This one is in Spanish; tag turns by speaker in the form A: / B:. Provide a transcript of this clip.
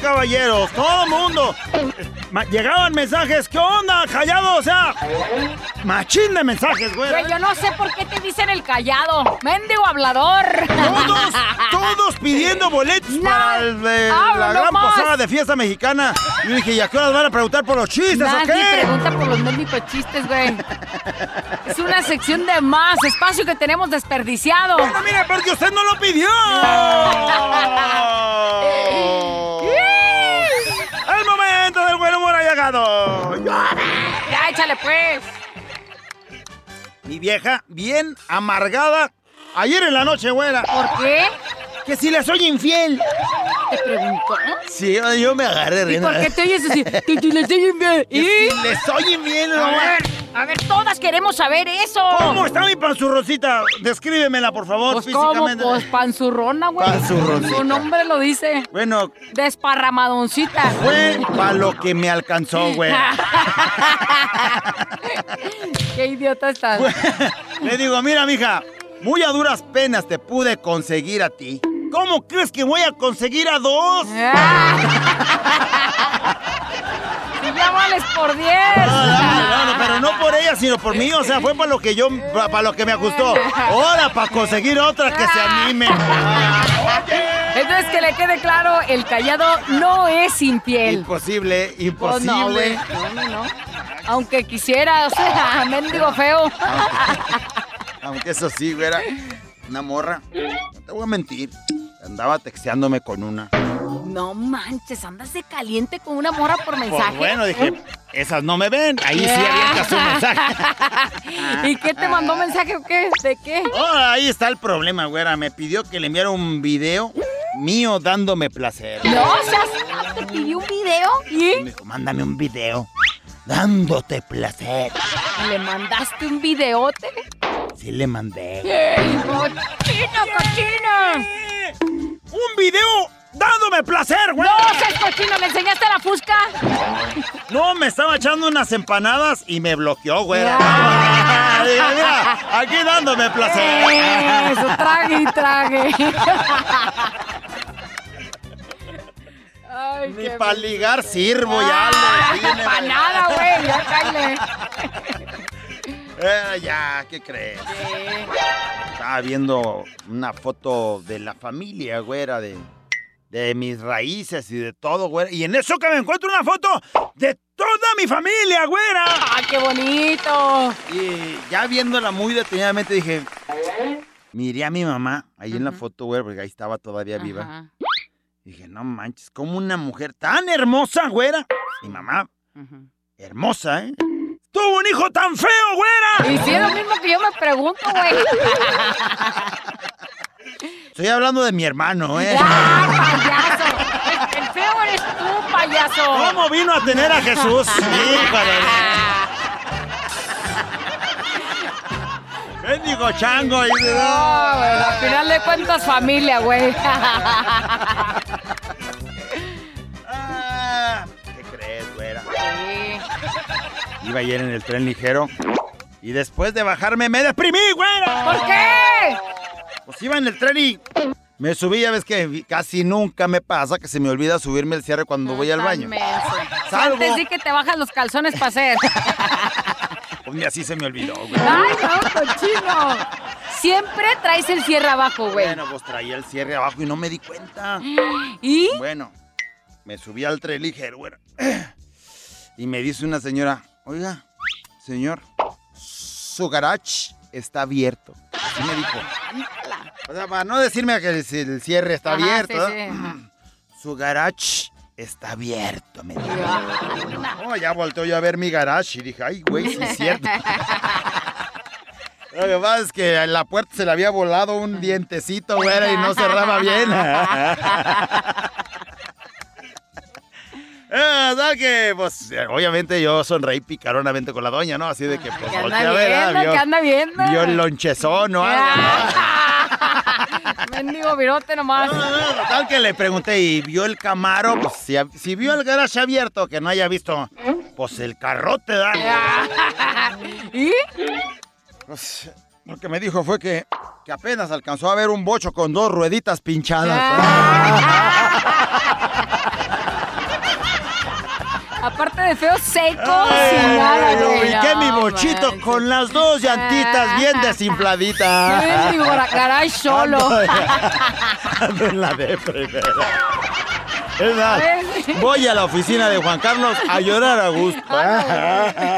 A: caballeros, todo el mundo. Ma- llegaban mensajes, ¿qué onda, callado? O sea, machín de mensajes, güey.
B: Güey, yo no sé por qué te dicen el callado. Mendigo hablador.
A: Todos, todos pidiendo boletos para el de la
B: habla
A: gran
B: nomás.
A: posada de fiesta mexicana. Y dije, ¿y a qué horas van a preguntar por los chistes o
B: Nadie
A: qué?
B: pregunta por los mendigos chistes, güey. Es una sección de más espacio que tenemos desperdiciado.
A: Pero mire, porque usted no lo pidió. El momento del buen humor ha llegado.
B: Ya, échale pues.
A: Mi vieja, bien amargada. Ayer en la noche, güera.
B: ¿Por qué?
A: Que si le soy infiel.
B: Te pregunto. ¿eh?
A: Sí, yo me agarré
B: ¿Y
A: riendo.
B: por qué te oyes así? Te- te- le- te- me-
A: Que
B: ¿Y?
A: si le soy infiel,
B: A
A: no.
B: ver, a ver, todas queremos saber eso.
A: ¿Cómo está mi panzurrosita? Descríbemela, por favor,
B: Pues cómo,
A: físicamente.
B: pues panzurrona, güey.
A: Panzurroncita.
B: Su nombre lo dice.
A: Bueno,
B: Desparramadoncita.
A: fue para lo que me alcanzó, güey.
B: Qué idiota estás.
A: Le digo, mira, mija, muy a duras penas te pude conseguir a ti. ¿Cómo crees que voy a conseguir a dos?
B: Ah. Si llámales por 10.
A: No, no, no, no, pero no por ella, sino por mí. O sea, fue para lo que yo, para lo que me ajustó. Ahora, para conseguir otra que se anime.
B: Ah. Entonces que le quede claro, el callado no es infiel.
A: Imposible,
B: Pues no, güey.
A: imposible.
B: No, no, no. Aunque quisiera, o sea, mendigo feo.
A: Aunque eso sí, güera, una morra. No te voy a mentir. Andaba texteándome con una.
B: No manches, andas de caliente con una mora por mensaje.
A: Pues bueno, dije, esas no me ven. Ahí sí avientas un mensaje.
B: ¿Y qué te
A: ah.
B: mandó mensaje o qué? ¿De qué?
A: Oh, ahí está el problema, güera. Me pidió que le enviara un video mío dándome placer.
B: No, seas- te pidió un video
A: Y
B: y
A: me dijo, mándame un video dándote placer.
B: le mandaste un videote.
A: Sí le mandé.
B: ¡Ey, cochino, cochino!
A: ¡Un video dándome placer, güey!
B: ¡No seas cochino! ¿Le enseñaste la fusca?
A: No, me estaba echando unas empanadas y me bloqueó, güey.
B: Ya. Eh.
A: Dije, mira, aquí dándome placer.
B: Eso, trague y trague. Ay,
A: Ni
B: qué
A: para ligar sirvo ya.
B: Ah,
A: le dije,
B: Para
A: me-
B: nada, güey, ya cállate.
A: Eh, ya, ¿qué crees? Estaba viendo una foto de la familia, güera, de, de mis raíces y de todo, güera. Y en eso que me encuentro una foto de toda mi familia, güera.
B: ¡Ah, qué bonito!
A: Y ya viéndola muy detenidamente dije, miré a mi mamá ahí en la foto, güera, porque ahí estaba todavía viva.
B: Ajá,
A: Dije, no manches, como una mujer tan hermosa, güera. Mi mamá,
B: ajá.
A: hermosa, ¿eh? Tuvo un hijo tan feo, güera.
B: Y si es lo mismo que yo me pregunto, güey.
A: Estoy hablando de mi hermano, ¿eh?
B: ¡Ah, payaso! El feo eres tú, payaso.
A: ¿Cómo vino a tener a Jesús? Híjole. Bendigo chango. Y...
B: No, güey, Ah, al final de cuentas familia, güey.
A: Ah, ¿Qué crees, güera?
B: Sí.
A: Iba ayer en el tren ligero y después de bajarme me deprimí, güera.
B: ¿Por qué?
A: Pues iba en el tren y me subí, ya ves que casi nunca me pasa que se me olvida subirme el cierre cuando voy al baño. Salgo.
B: Antes sí que te bajas los calzones para hacer.
A: Pues ni así se me olvidó, güey.
B: ¡Ay, no, cochino! Siempre traes el cierre abajo, güey.
A: Bueno, pues traía el cierre abajo y no me di cuenta.
B: ¿Y?
A: Bueno, me subí al tren ligero, güera. Y me dice una señora, oiga, señor, su garage está abierto. Así me dijo. O sea, para no decirme que el, el cierre está
B: Ajá,
A: abierto,
B: sí,
A: ¿eh?
B: sí, ajá.
A: su garage está abierto, me dijo. No, ya volteó yo a ver mi garage y dije, ay, güey, sí es cierto. Lo que pasa es que en la puerta se le había volado un dientecito, güera, y no cerraba bien. Eh, ¿sabes qué? Pues eh, obviamente yo sonreí picaronamente con la doña, ¿no? Así de que pues
B: ¿Qué
A: volteé
B: anda
A: a ver, ah,
B: viendo? ¿Qué
A: vio-
B: anda viendo?
A: vio el lonchezón o algo. ¿no?
B: Ah, Mendigo virote nomás.
A: No, no, no, Total que le pregunté y vio el Camaro, pues si, hab- si vio el garage abierto, que no haya visto, pues el carrote, ¿verdad?
B: ¿Y?
A: Pues, lo que me dijo fue que, que apenas alcanzó a ver un bocho con dos rueditas pinchadas.
B: Ah. Aparte de feos secos y Oh, nada,
A: Ay,
B: güey.
A: Lubriqué
B: no,
A: mi bochito
B: manches.
A: con las dos llantitas bien desinfladitas.
B: Mendigo gar- garage solo.
A: Ando, ando en la depre, ¿verdad? Es más, voy a la oficina de Juan Carlos a llorar a gusto.
B: Ah,